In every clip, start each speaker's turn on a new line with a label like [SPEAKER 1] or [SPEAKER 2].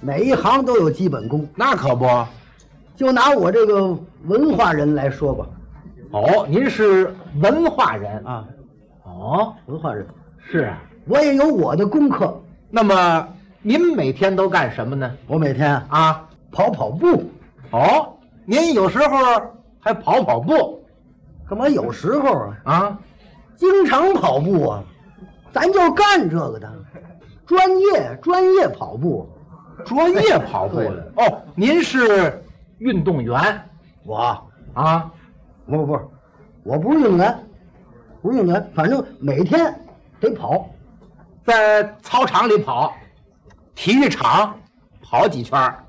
[SPEAKER 1] 每一行都有基本功。
[SPEAKER 2] 那可不。
[SPEAKER 1] 就拿我这个文化人来说吧，
[SPEAKER 2] 哦，您是文化人？
[SPEAKER 1] 啊，
[SPEAKER 2] 哦，
[SPEAKER 1] 文化人，
[SPEAKER 2] 是啊。
[SPEAKER 1] 我也有我的功课。
[SPEAKER 2] 那么您每天都干什么呢？
[SPEAKER 1] 我每天啊
[SPEAKER 2] 啊，
[SPEAKER 1] 跑跑步，
[SPEAKER 2] 哦，您有时候还跑跑步
[SPEAKER 1] 干嘛有时候啊，
[SPEAKER 2] 啊？
[SPEAKER 1] 经常跑步啊，咱就干这个的，专业专业跑步。
[SPEAKER 2] 专业跑步
[SPEAKER 1] 对
[SPEAKER 2] 的哦，您是运动员
[SPEAKER 1] 我
[SPEAKER 2] 啊？
[SPEAKER 1] 我不是，我不是运动员，不是运动员，反正每天得跑。
[SPEAKER 2] 在操场里跑，体育场跑几圈儿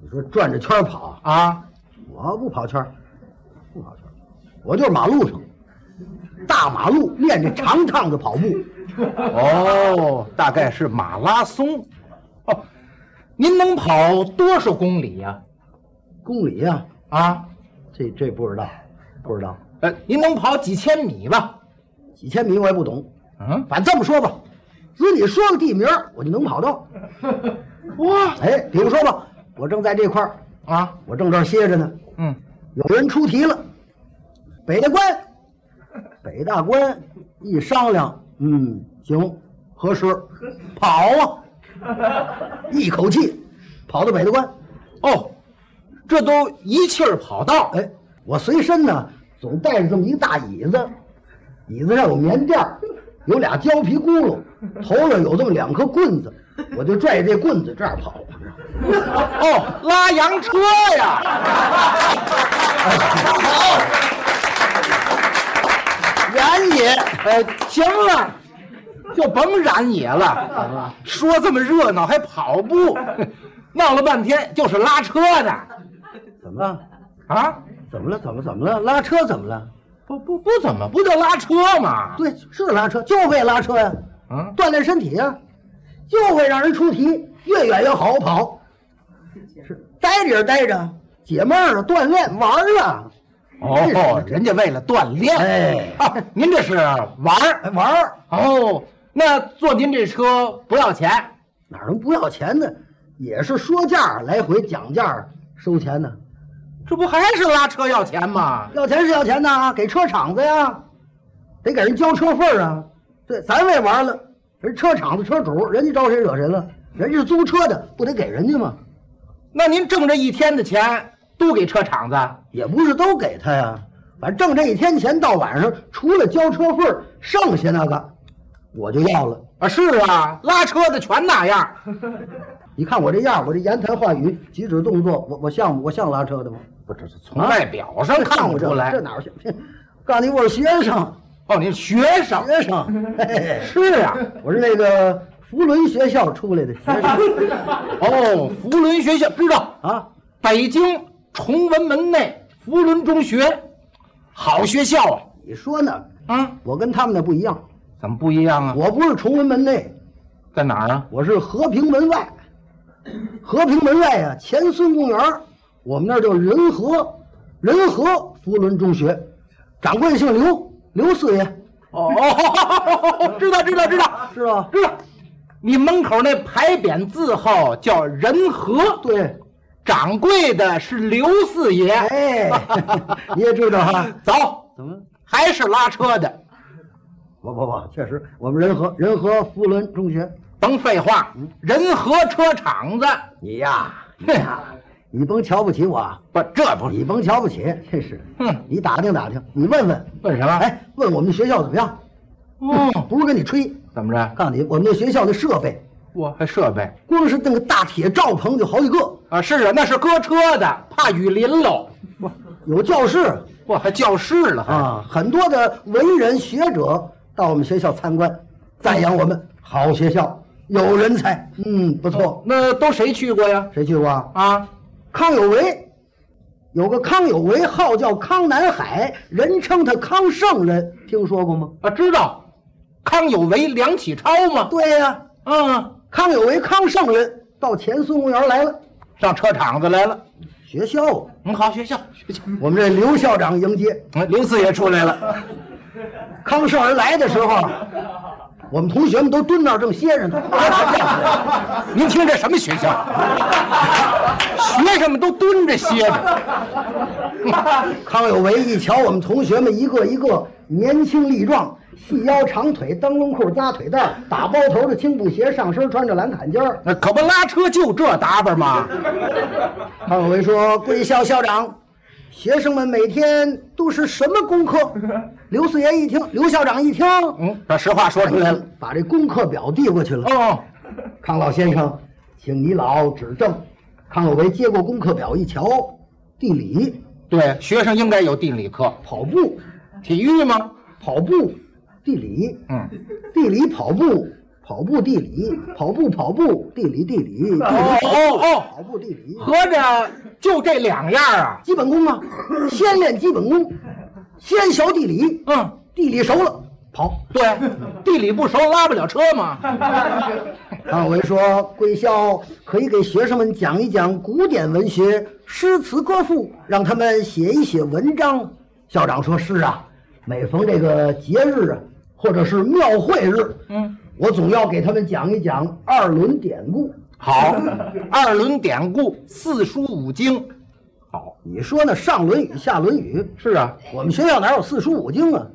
[SPEAKER 1] 你说转着圈儿跑，
[SPEAKER 2] 啊？
[SPEAKER 1] 我不跑圈儿，不跑圈儿，我就是马路上，大马路练这长趟子跑步。
[SPEAKER 2] 哦，大概是马拉松。哦，您能跑多少公里呀、
[SPEAKER 1] 公里呀、
[SPEAKER 2] 啊？
[SPEAKER 1] 这这不知道，不知道
[SPEAKER 2] 呃，您能跑几千米吧？
[SPEAKER 1] 几千米我也不懂。
[SPEAKER 2] 嗯，
[SPEAKER 1] 反正这么说吧，只你说个地名儿，我就能跑到。
[SPEAKER 2] 哇
[SPEAKER 1] 哎，比如说吧，我正在这块儿，
[SPEAKER 2] 啊，
[SPEAKER 1] 我正这儿歇着呢，
[SPEAKER 2] 嗯，
[SPEAKER 1] 有人出题了，北大关，北大关一商量，嗯，行，合适，跑啊，一口气跑到北大关。
[SPEAKER 2] 哦，这都一气儿跑到。
[SPEAKER 1] 哎，我随身呢总带着这么一个大椅子，椅子上有棉垫儿，有俩胶皮轱辘，头上有这么两颗棍子，我就拽着这棍子这样跑。
[SPEAKER 2] 哦，拉洋车呀！哎
[SPEAKER 1] 原野，
[SPEAKER 2] 呃，行了，就甭染野了。说这么热闹还跑步，闹了半天就是拉车的
[SPEAKER 1] 怎么了？
[SPEAKER 2] 啊！
[SPEAKER 1] 怎么了？怎么怎么了？拉车怎么了？
[SPEAKER 2] 不不不怎么，不就拉车吗？
[SPEAKER 1] 对，是拉车，就为拉车呀、
[SPEAKER 2] 嗯
[SPEAKER 1] 锻炼身体呀、就会让人出题，越远越好跑。是待着也是待着，解闷儿啊，锻炼玩儿啊，
[SPEAKER 2] 哦，人家为了锻炼。
[SPEAKER 1] 哎
[SPEAKER 2] 啊，您这是玩
[SPEAKER 1] 哎
[SPEAKER 2] 儿
[SPEAKER 1] 玩儿
[SPEAKER 2] 哦。那坐您这车不要钱
[SPEAKER 1] 哪儿能不要钱呢？也是说价儿来回讲价儿收钱呢，
[SPEAKER 2] 这不还是拉车要钱吗？
[SPEAKER 1] 要钱是要钱呐，给车厂子呀，得给人交车费儿啊。对，咱为玩儿了，人车厂子车主，人家招谁惹谁了？人家是租车的，不得给人家吗？
[SPEAKER 2] 那您挣这一天的钱都给车厂子？啊
[SPEAKER 1] 也不是都给他呀，反正挣这一天钱到晚上，除了交车费儿，剩下那个我就要了。
[SPEAKER 2] 啊，是啊，拉车的全那样。
[SPEAKER 1] 你看我这样，我这言谈话语、举止动作，我我像我像拉车的吗？
[SPEAKER 2] 不，这是从外表上
[SPEAKER 1] 啊这
[SPEAKER 2] 看不
[SPEAKER 1] 这
[SPEAKER 2] 出来
[SPEAKER 1] 这。哪儿像？告诉你，我是学生，
[SPEAKER 2] 哦，您学生
[SPEAKER 1] 学生，嘿嘿
[SPEAKER 2] 是啊？
[SPEAKER 1] 我是那个福伦学校出来的学生
[SPEAKER 2] 哦，福伦学校知道，
[SPEAKER 1] 啊。
[SPEAKER 2] 北京崇文门内福伦中学，好学校
[SPEAKER 1] 你说呢？
[SPEAKER 2] 啊。啊，
[SPEAKER 1] 我跟他们那不一样，
[SPEAKER 2] 怎么不一样啊？
[SPEAKER 1] 我不是崇文门内，
[SPEAKER 2] 在哪儿啊？
[SPEAKER 1] 我是和平门外，和平门外啊，前孙公园儿，我们那儿叫仁和，仁和福伦中学，掌柜姓刘，刘四爷，
[SPEAKER 2] 哦哦，知道知道知道
[SPEAKER 1] 啊是吧？
[SPEAKER 2] 知道。你门口那牌匾字号叫仁和，
[SPEAKER 1] 对，
[SPEAKER 2] 掌柜的是刘四爷。啊
[SPEAKER 1] 哎， 你也知道啊哈、
[SPEAKER 2] 走，
[SPEAKER 1] 怎么？
[SPEAKER 2] 还是拉车的，
[SPEAKER 1] 不不不，确实，我们仁和仁和福伦中学，
[SPEAKER 2] 甭废话，仁和车厂子。
[SPEAKER 1] 你呀，你
[SPEAKER 2] 哼
[SPEAKER 1] 呀，你甭瞧不起我啊，
[SPEAKER 2] 不，这不是
[SPEAKER 1] 你甭瞧不起，这是，
[SPEAKER 2] 哼
[SPEAKER 1] 你打听打听，你问问，
[SPEAKER 2] 问什么？
[SPEAKER 1] 哎，问我们学校怎么样？
[SPEAKER 2] 嗯，
[SPEAKER 1] 不是跟你吹，
[SPEAKER 2] 怎么着？
[SPEAKER 1] 告诉你，我们那学校的设备，
[SPEAKER 2] 我还设备
[SPEAKER 1] 光是那个大铁罩棚就好几个，
[SPEAKER 2] 啊，是啊，那是搁车的，怕雨淋喽。
[SPEAKER 1] 有教室
[SPEAKER 2] 哇，还教室了还。
[SPEAKER 1] 啊，很多的文人学者到我们学校参观，赞扬我们好学校，有人才，嗯，不错。
[SPEAKER 2] 哦那都谁去过呀？
[SPEAKER 1] 谁去过啊？
[SPEAKER 2] 啊，
[SPEAKER 1] 康有为，有个康有为，号叫康南海，人称他康圣人，听说过吗？
[SPEAKER 2] 啊，知道，康有为、梁启超吗？
[SPEAKER 1] 对呀、
[SPEAKER 2] 嗯，
[SPEAKER 1] 康有为康圣人到前孙公园来了，
[SPEAKER 2] 上车厂子来了。
[SPEAKER 1] 学校，
[SPEAKER 2] 嗯，好，学校学校。
[SPEAKER 1] 我们这刘校长迎接。
[SPEAKER 2] 嗯，刘四爷出来了。
[SPEAKER 1] 康圣人来的时候，我们同学们都蹲那儿正歇着呢。
[SPEAKER 2] 您听这什么学校？学生们都蹲着嗯歇着，
[SPEAKER 1] 康有为一瞧我们同学们一个一个年轻力壮，细腰长腿，灯笼裤扎腿带儿，打包头的青布鞋，上身穿着蓝坎肩儿。
[SPEAKER 2] 那可不拉车就这打扮吗？
[SPEAKER 1] 康有为说：“贵校校长，学生们每天都是什么功课？”刘四爷一听，刘校长一听，
[SPEAKER 2] 嗯，把实话说出来了。
[SPEAKER 1] 把这功课表递过去了。
[SPEAKER 2] 哦，
[SPEAKER 1] 康老先生，请你老指正。康有为接过功课表一瞧，地理、
[SPEAKER 2] 对，学生应该有地理课，
[SPEAKER 1] 跑步、
[SPEAKER 2] 体育吗？
[SPEAKER 1] 跑步、地理，
[SPEAKER 2] 嗯，
[SPEAKER 1] 地理跑步，跑步地理，跑步跑步地理地理，地理
[SPEAKER 2] 哦哦
[SPEAKER 1] 跑步地理
[SPEAKER 2] 哦，，合着就这两样啊？
[SPEAKER 1] 基本功啊，先练基本功，先学地理，
[SPEAKER 2] 嗯，
[SPEAKER 1] 地理熟了跑。
[SPEAKER 2] 对，地理不熟拉不了车嘛。
[SPEAKER 1] 康有为啊说，贵校可以给学生们讲一讲古典文学、诗词歌赋，让他们写一写文章。校长说：“是啊，每逢这个节日啊，或者是庙会日，
[SPEAKER 2] 嗯，
[SPEAKER 1] 我总要给他们讲一讲二轮典故。
[SPEAKER 2] 好，二轮典故、四书五经。好，
[SPEAKER 1] 你说呢？上《论语》下《论语
[SPEAKER 2] 是啊，》，
[SPEAKER 1] 我们学校哪有四书五经啊？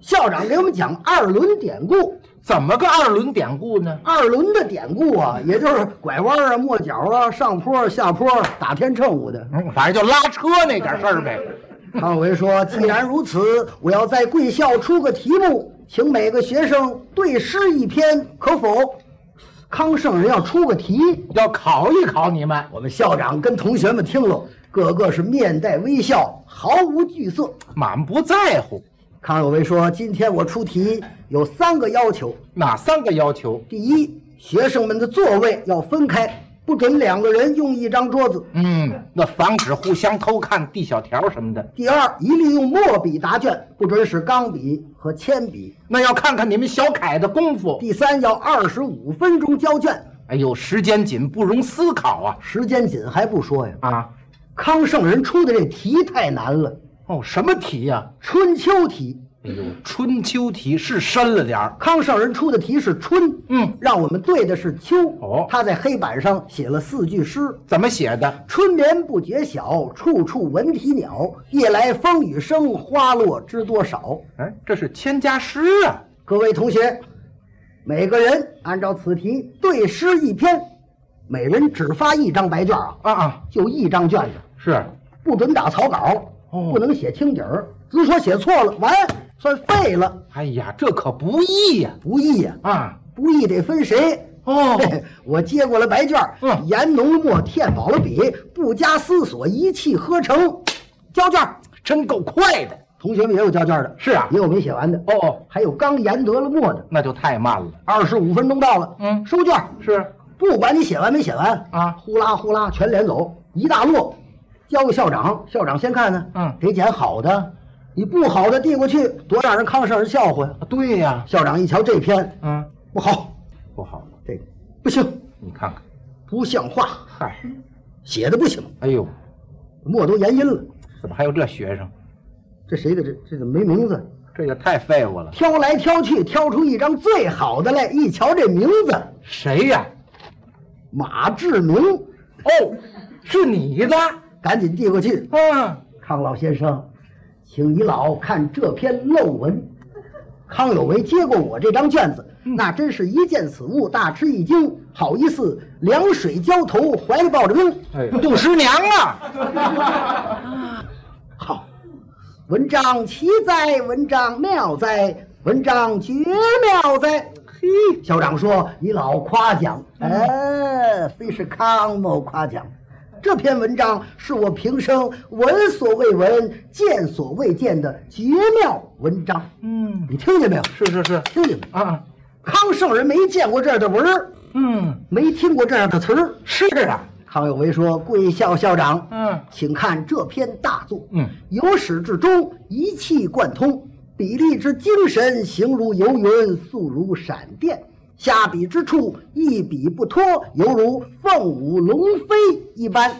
[SPEAKER 1] 校长给我们讲二轮典故。”
[SPEAKER 2] 怎么个二轮典故呢？
[SPEAKER 1] 二轮的典故啊，也就是拐弯啊、抹角啊、上坡啊、下坡啊、打天秤舞的。
[SPEAKER 2] 嗯，反正就拉车那点事儿呗。
[SPEAKER 1] 康有为说：“既然如此，我要在贵校出个题目，请每个学生对诗一篇，可否？”康圣人要出个题，
[SPEAKER 2] 要考一考你们。
[SPEAKER 1] 我们校长跟同学们听了，个个是面带微笑，毫无惧色。
[SPEAKER 2] 满不在乎。
[SPEAKER 1] 康有为说：“今天我出题有三个要求，
[SPEAKER 2] 哪三个要求？
[SPEAKER 1] 第一，学生们的座位要分开，不准两个人用一张桌子；
[SPEAKER 2] 嗯，那防止互相偷看递小条什么的。
[SPEAKER 1] 第二，一律用墨笔答卷，不准使钢笔和铅笔；
[SPEAKER 2] 那要看看你们小凯的功夫。
[SPEAKER 1] 第三，要二十五分钟交卷。”
[SPEAKER 2] 哎呦，时间紧，不容思考啊
[SPEAKER 1] 时间紧还不说呀，
[SPEAKER 2] 啊！
[SPEAKER 1] 康圣人出的这题太难了，
[SPEAKER 2] 哦，什么题呀、
[SPEAKER 1] 春秋题。
[SPEAKER 2] 哎呦，春秋题是深了点儿。
[SPEAKER 1] 康圣人出的题是春，
[SPEAKER 2] 嗯，
[SPEAKER 1] 让我们对的是秋。
[SPEAKER 2] 哦
[SPEAKER 1] 他在黑板上写了四句诗：
[SPEAKER 2] 怎么写的？
[SPEAKER 1] 春眠不觉晓，处处闻啼鸟。夜来风雨声，花落知多少。
[SPEAKER 2] 哎，这是千家诗啊！
[SPEAKER 1] 各位同学，每个人按照此题对诗一篇，每人只发一张白卷啊，
[SPEAKER 2] 啊啊，
[SPEAKER 1] 就一张卷子。
[SPEAKER 2] 是
[SPEAKER 1] 不准打草稿，
[SPEAKER 2] 哦
[SPEAKER 1] 不能写清底儿。如说写错了，完算废了，
[SPEAKER 2] 哎呀，这可不易呀
[SPEAKER 1] 不易呀、
[SPEAKER 2] 啊！
[SPEAKER 1] 不易得分谁。
[SPEAKER 2] 哦
[SPEAKER 1] 我接过了白卷儿，
[SPEAKER 2] 嗯
[SPEAKER 1] 研浓了墨，添饱了笔，不加思索，一气呵成，交卷儿。
[SPEAKER 2] 真够快的。
[SPEAKER 1] 同学们也有交卷儿的，
[SPEAKER 2] 是啊
[SPEAKER 1] 也有没写完的，
[SPEAKER 2] 哦哦，
[SPEAKER 1] 还有刚研得了墨的。
[SPEAKER 2] 那就太慢了。
[SPEAKER 1] 二十五分钟到了，
[SPEAKER 2] 嗯
[SPEAKER 1] 收卷儿。
[SPEAKER 2] 是
[SPEAKER 1] 不管你写完没写完
[SPEAKER 2] 啊
[SPEAKER 1] 呼啦呼啦全连走，一大摞，交给校长，校长先看呢，
[SPEAKER 2] 嗯
[SPEAKER 1] 得捡好的，你不好的递过去，多让人康圣人笑话呀。
[SPEAKER 2] 啊，对呀、
[SPEAKER 1] 校长一瞧这篇
[SPEAKER 2] 嗯，
[SPEAKER 1] 不好，
[SPEAKER 2] 不好，
[SPEAKER 1] 这个不行，
[SPEAKER 2] 你看看，
[SPEAKER 1] 不像话，
[SPEAKER 2] 嗨，
[SPEAKER 1] 写的不行，
[SPEAKER 2] 哎呦，
[SPEAKER 1] 墨都研阴了，
[SPEAKER 2] 怎么还有这学生？
[SPEAKER 1] 这谁的这这怎么没名字？
[SPEAKER 2] 这也太废物了。
[SPEAKER 1] 挑来挑去，挑出一张最好的来，一瞧这名字
[SPEAKER 2] 谁呀、
[SPEAKER 1] 马志明，
[SPEAKER 2] 哦，是你的。
[SPEAKER 1] 赶紧递过去，
[SPEAKER 2] 嗯，
[SPEAKER 1] 康老先生，请你老看这篇漏文。康有为接过我这张卷子，那真是一见此物大吃一惊，好意思两水浇头，怀里抱着冰。
[SPEAKER 2] 哎，杜十娘啊，
[SPEAKER 1] 好，文章奇哉，文章妙哉，文章绝妙哉。嘿，校长说你老夸奖，哎，非是康某夸奖。这篇文章是我平生闻所未闻、见所未见的绝妙文章。
[SPEAKER 2] 嗯，
[SPEAKER 1] 你听见没有？
[SPEAKER 2] 是是是，
[SPEAKER 1] 听见没有？
[SPEAKER 2] 啊，
[SPEAKER 1] 康圣人没见过这样的文儿，
[SPEAKER 2] 嗯，
[SPEAKER 1] 没听过这样的词儿。
[SPEAKER 2] 是啊，
[SPEAKER 1] 康有为说：“贵校校长，
[SPEAKER 2] 嗯
[SPEAKER 1] 请看这篇大作，
[SPEAKER 2] 嗯，
[SPEAKER 1] 由始至终一气贯通，笔力之精神，形如游云，速如闪电。下笔之处，一笔不脱，犹如凤舞龙飞一般。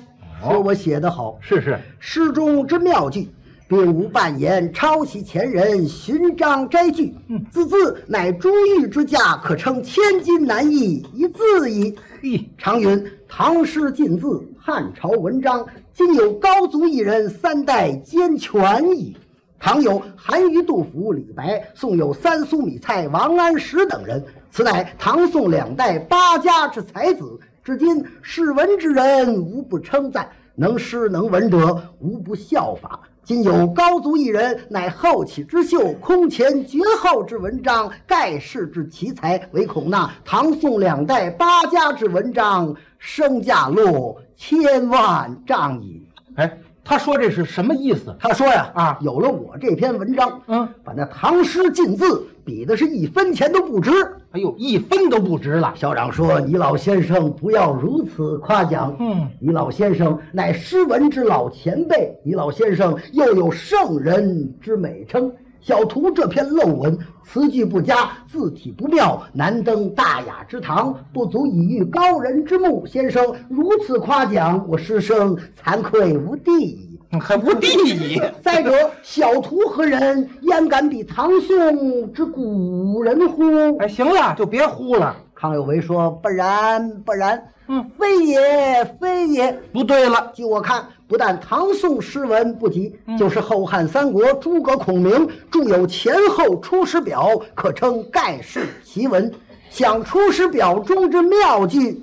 [SPEAKER 2] 哦
[SPEAKER 1] 说我写得好，
[SPEAKER 2] 是是，
[SPEAKER 1] 诗中之妙句，并无半言抄袭前人，寻章摘句。字字乃珠玉之价，可称千金难易一字矣。
[SPEAKER 2] 嘿，
[SPEAKER 1] 常云唐诗尽字，汉朝文章，今有高足一人，三代兼全矣。唐有韩愈、杜甫、李白，宋有三苏、米蔡、王安石等人，此乃唐宋两代八家之才子。至今世文之人无不称赞，能诗能文者无不效法。今有高足一人，乃后起之秀，空前绝后之文章，盖世之奇才，唯恐那唐宋两代八家之文章，身价落千万丈矣。
[SPEAKER 2] 哎，他说这是什么意思？
[SPEAKER 1] 他说呀
[SPEAKER 2] 啊
[SPEAKER 1] 有了我这篇文章，
[SPEAKER 2] 嗯，
[SPEAKER 1] 把那唐诗晋字比的是一分钱都不值。
[SPEAKER 2] 哎呦，一分都不值了。
[SPEAKER 1] 校长说：“你老先生不要如此夸奖，
[SPEAKER 2] 嗯
[SPEAKER 1] 你老先生乃诗文之老前辈，你老先生又有圣人之美称。小徒这篇陋文，词句不佳，字体不妙，难登大雅之堂，不足以喻高人之目。先生如此夸奖，我师生惭愧无地矣。”
[SPEAKER 2] 嗯还无地矣。
[SPEAKER 1] 再者，小徒何人？焉敢比唐宋之古人乎？
[SPEAKER 2] 哎，行了，就别呼了。
[SPEAKER 1] 康有为说：“不然，不然，
[SPEAKER 2] 嗯，
[SPEAKER 1] 非也，非也。
[SPEAKER 2] 不对了，
[SPEAKER 1] 据我看，不但唐宋诗文不及，
[SPEAKER 2] 嗯
[SPEAKER 1] 就是后汉三国诸葛孔明著有《前后出师表》，可称盖世奇文。想《出师表》中之妙句，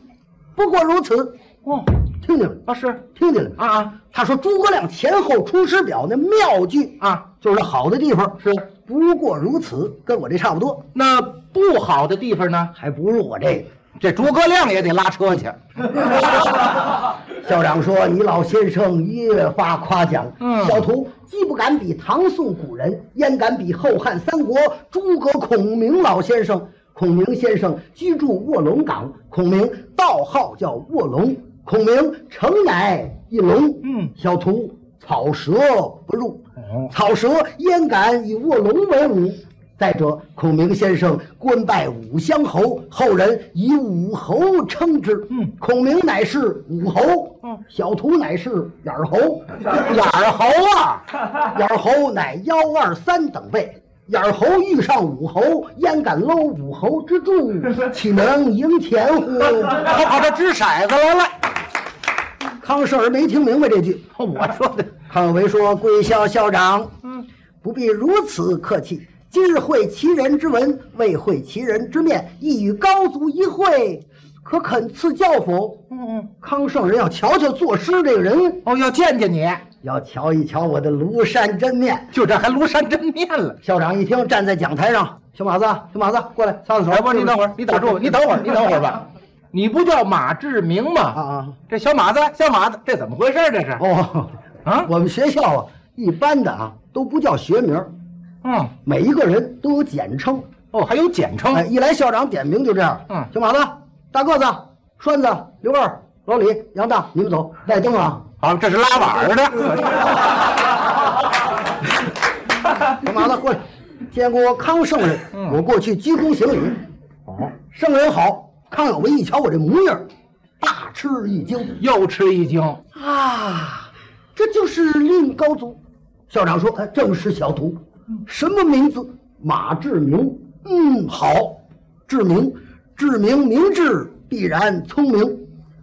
[SPEAKER 1] 不过如此。
[SPEAKER 2] 哦，
[SPEAKER 1] 听见了吗？
[SPEAKER 2] 啊是
[SPEAKER 1] 听见了吗？
[SPEAKER 2] 啊啊
[SPEAKER 1] 他说诸葛亮《前后出师表》那妙句
[SPEAKER 2] 啊，
[SPEAKER 1] 就是好的地方
[SPEAKER 2] 是
[SPEAKER 1] 不过如此，跟我这差不多，
[SPEAKER 2] 那不好的地方呢？
[SPEAKER 1] 还不如我这个。
[SPEAKER 2] 哎这诸葛亮也得拉车 去。
[SPEAKER 1] 校长说：“你老先生越发夸奖，
[SPEAKER 2] 嗯
[SPEAKER 1] 小徒既不敢比唐宋古人，焉敢比后汉三国诸葛孔明老先生？孔明先生居住卧龙岗，孔明道号叫卧龙，孔明诚乃一龙。
[SPEAKER 2] 嗯
[SPEAKER 1] 小徒草蛇不入，
[SPEAKER 2] 哦
[SPEAKER 1] 草蛇焉敢以卧龙为伍？”再者，孔明先生官拜武乡侯，后人以武侯称之。
[SPEAKER 2] 嗯
[SPEAKER 1] 孔明乃是武侯，
[SPEAKER 2] 嗯
[SPEAKER 1] 小徒乃是眼儿侯，
[SPEAKER 2] 眼儿猴啊，
[SPEAKER 1] 眼儿侯乃幺二三等辈。眼儿侯遇上武侯，焉敢搂武侯之柱？岂能赢钱乎？
[SPEAKER 2] 他跑这掷骰子来了。
[SPEAKER 1] 康圣儿没听明白这句。
[SPEAKER 2] 我说的，
[SPEAKER 1] 康有为说：“贵校校长，
[SPEAKER 2] 嗯，
[SPEAKER 1] 不必如此客气。今日会其人之文，未会其人之面，亦与高足一会，可肯赐教否
[SPEAKER 2] 嗯嗯，？”
[SPEAKER 1] 康圣人要瞧瞧作诗这个人，
[SPEAKER 2] 哦，要见见你，
[SPEAKER 1] 要瞧一瞧我的庐山真面。
[SPEAKER 2] 就这还庐山真面了。
[SPEAKER 1] 校长一听，站在讲台上，小马子，小马子，过来擦擦手。
[SPEAKER 2] 哎，不，你等会儿，你 打住，你等会儿，你等会儿吧。你不叫马志明吗？
[SPEAKER 1] 啊啊！
[SPEAKER 2] 这小马子，小马子，这怎么回事儿？这是，
[SPEAKER 1] 哦，
[SPEAKER 2] 啊
[SPEAKER 1] 我们学校啊，一般的啊都不叫学名，
[SPEAKER 2] 嗯，
[SPEAKER 1] 每一个人都有简称。
[SPEAKER 2] 哦，还有简称
[SPEAKER 1] 哎，，一来校长点名就这样。
[SPEAKER 2] 嗯
[SPEAKER 1] 小马子、大个子、栓子、刘二、老李、杨大，你们走，带灯啊。
[SPEAKER 2] 好，这是拉碗儿 的。
[SPEAKER 1] 小马子过来，见过康圣人，我过去鞠躬行礼。
[SPEAKER 2] 哦，
[SPEAKER 1] 圣人好，康有为一瞧我这模样儿，大吃一惊。
[SPEAKER 2] 又吃一惊。
[SPEAKER 1] 啊，这就是令高足。校长说：“哎，正是小徒，什么名字？马志明。嗯，好，志明，志明明智，必然聪明，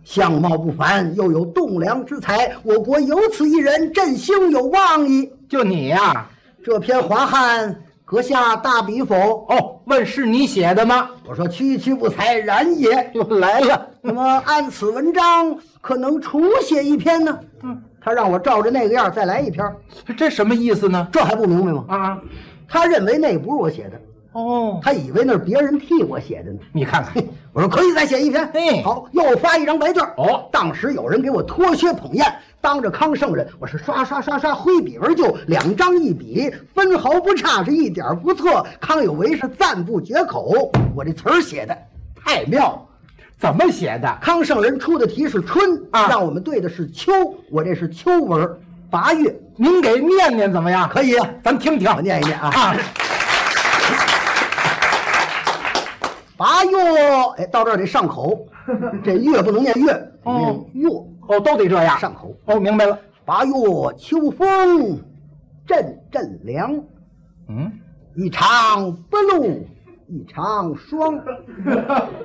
[SPEAKER 1] 相貌不凡，又有栋梁之才，我国有此一人，振兴有望矣。
[SPEAKER 2] 就你呀、
[SPEAKER 1] 这篇华汉，阁下大笔否
[SPEAKER 2] 哦，问是你写的吗？？”
[SPEAKER 1] 我说：“区区不才，然也。”
[SPEAKER 2] 又来了。
[SPEAKER 1] 那么按此文章，可能重写一篇呢？嗯，他让我照着那个样儿再来一篇儿，
[SPEAKER 2] 这什么意思呢？
[SPEAKER 1] 这还不明白吗？
[SPEAKER 2] 啊，
[SPEAKER 1] 他认为那不是我写的，
[SPEAKER 2] 哦，
[SPEAKER 1] 他以为那是别人替我写的呢。
[SPEAKER 2] 你看看，
[SPEAKER 1] 我说可以再写一篇，
[SPEAKER 2] 哎
[SPEAKER 1] 好，又发一张白卷儿。
[SPEAKER 2] 哦
[SPEAKER 1] 当时有人给我脱靴捧砚，当着康圣人，我是刷刷刷刷挥笔而就，两张一笔，分毫不差，是一点儿不错。康有为是赞不绝口，我这词儿写的太妙了。
[SPEAKER 2] 怎么写的？
[SPEAKER 1] 康圣人出的题是春
[SPEAKER 2] 啊
[SPEAKER 1] 让我们对的是秋，我这是秋文儿，八月
[SPEAKER 2] 您给念念怎么样？
[SPEAKER 1] 可以啊，
[SPEAKER 2] 咱听听。
[SPEAKER 1] 我念一念啊。
[SPEAKER 2] 啊，
[SPEAKER 1] 八月，哎，到这儿得上 口，这月不能念月，
[SPEAKER 2] 哦
[SPEAKER 1] 月
[SPEAKER 2] 哦，都得这样。
[SPEAKER 1] 上口。
[SPEAKER 2] 哦，明白了。
[SPEAKER 1] 八月秋风阵阵凉。
[SPEAKER 2] 嗯，
[SPEAKER 1] 一场不露，一场霜。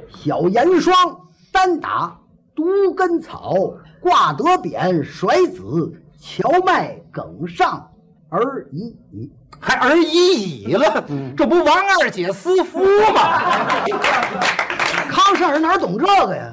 [SPEAKER 1] 小严霜单打独根草，挂得扁甩子，荞麦梗上而已矣。
[SPEAKER 2] 还而已矣了，
[SPEAKER 1] 嗯
[SPEAKER 2] 这不王二姐私夫吗？
[SPEAKER 1] 康圣人哪懂这个呀？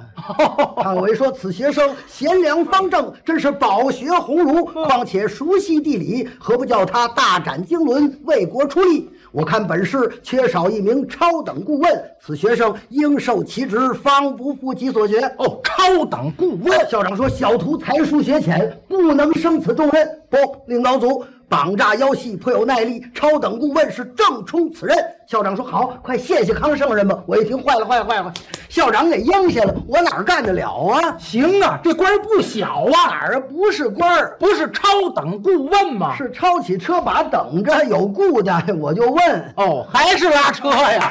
[SPEAKER 1] 康有为说：“此学生贤良方正，真是饱学鸿儒，况且熟悉地理，何不叫他大展经纶，为国出力？我看本市缺少一名超等顾问，此学生应受其职，方不负其所学。”
[SPEAKER 2] 哦，高等顾问，
[SPEAKER 1] 校长说：“小徒才疏学浅，不能生此重任。不，令老祖绑架腰系，颇有耐力。超等顾问是正冲此任。”校长说：“好，快谢谢康圣人吧。”我一听，坏了，坏了，坏了！校长给应下了，我哪儿干得了啊？
[SPEAKER 2] 行啊，这官儿不小啊，
[SPEAKER 1] 哪儿不是官儿？
[SPEAKER 2] 不是超等顾问吗？
[SPEAKER 1] 是抄起车把等着有雇的，我就问。哦
[SPEAKER 2] 哦，还是拉车呀？